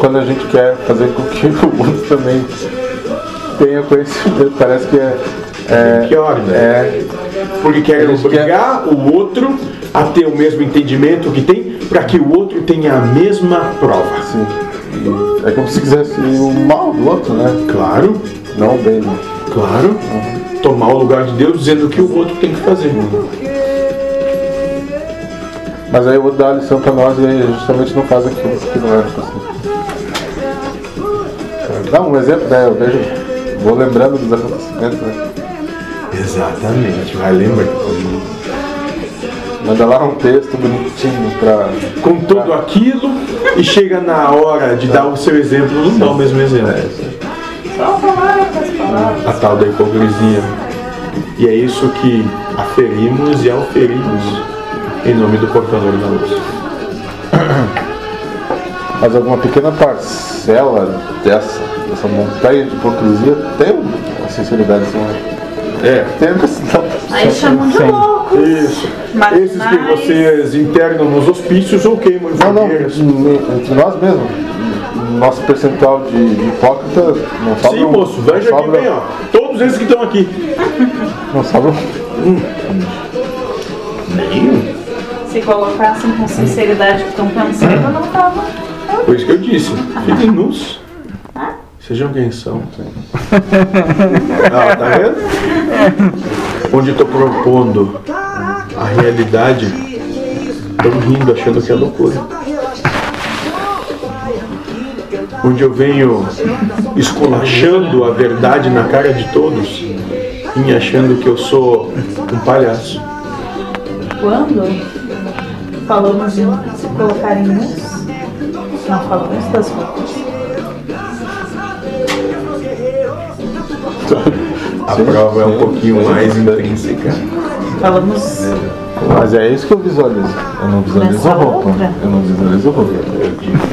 quando a gente quer fazer com que o mundo também tenha conhecimento. Parece que é. é Pior, né? é, Porque quer Eles obrigar o outro a ter o mesmo entendimento que tem, para que o outro tenha a mesma prova. assim, é como se quisesse o mal do outro, né? Claro, Não o bem. né? claro. Tomar o lugar de Deus dizendo o que o outro tem que fazer. Mas aí eu vou dar a lição pra nós e justamente não faz aquilo que não é. Assim. Dá um exemplo, né? Eu vejo, vou lembrando dos acontecimentos, né? Exatamente, vai lembrar. Manda lá um texto bonitinho pra. Com tudo aquilo e chega na hora de dar o seu exemplo, não dá o mesmo exemplo. A tal da hipocrisia. E é isso que aferimos e auferimos em nome do portador da luz. Mas alguma pequena parcela dessa, dessa montanha de hipocrisia tem uma sinceridade, assim, né? É, Tem uma sinceridade. Aí chamam de louco. Isso. Mas- Esses que mas- vocês internam nos hospícios ou queimam em Não, não, fogueiras. entre nós mesmos. Nosso percentual de, de hipócrita não sobra. Sim, um- moço, veja não aqui sobra, bem, ó. Todos esses que estão aqui. Não sobra um. Nenhum. Se colocassem com sinceridade o que estão pensando, eu não tava. Por isso que eu disse. Fiquem nus. Sejam quem são. Ah, tá vendo? Onde eu tô propondo a realidade, estão rindo, achando que é loucura. Onde eu venho esculachando a verdade na cara de todos e me achando que eu sou um palhaço. Quando falamos de se colocarem nus, não falamos das roupas. A prova é um pouquinho mais intrínseca. Falamos Mas é isso que eu visualizo. Eu não visualizo Nessa a roupa. né? outra? Eu não visualizo a roupa.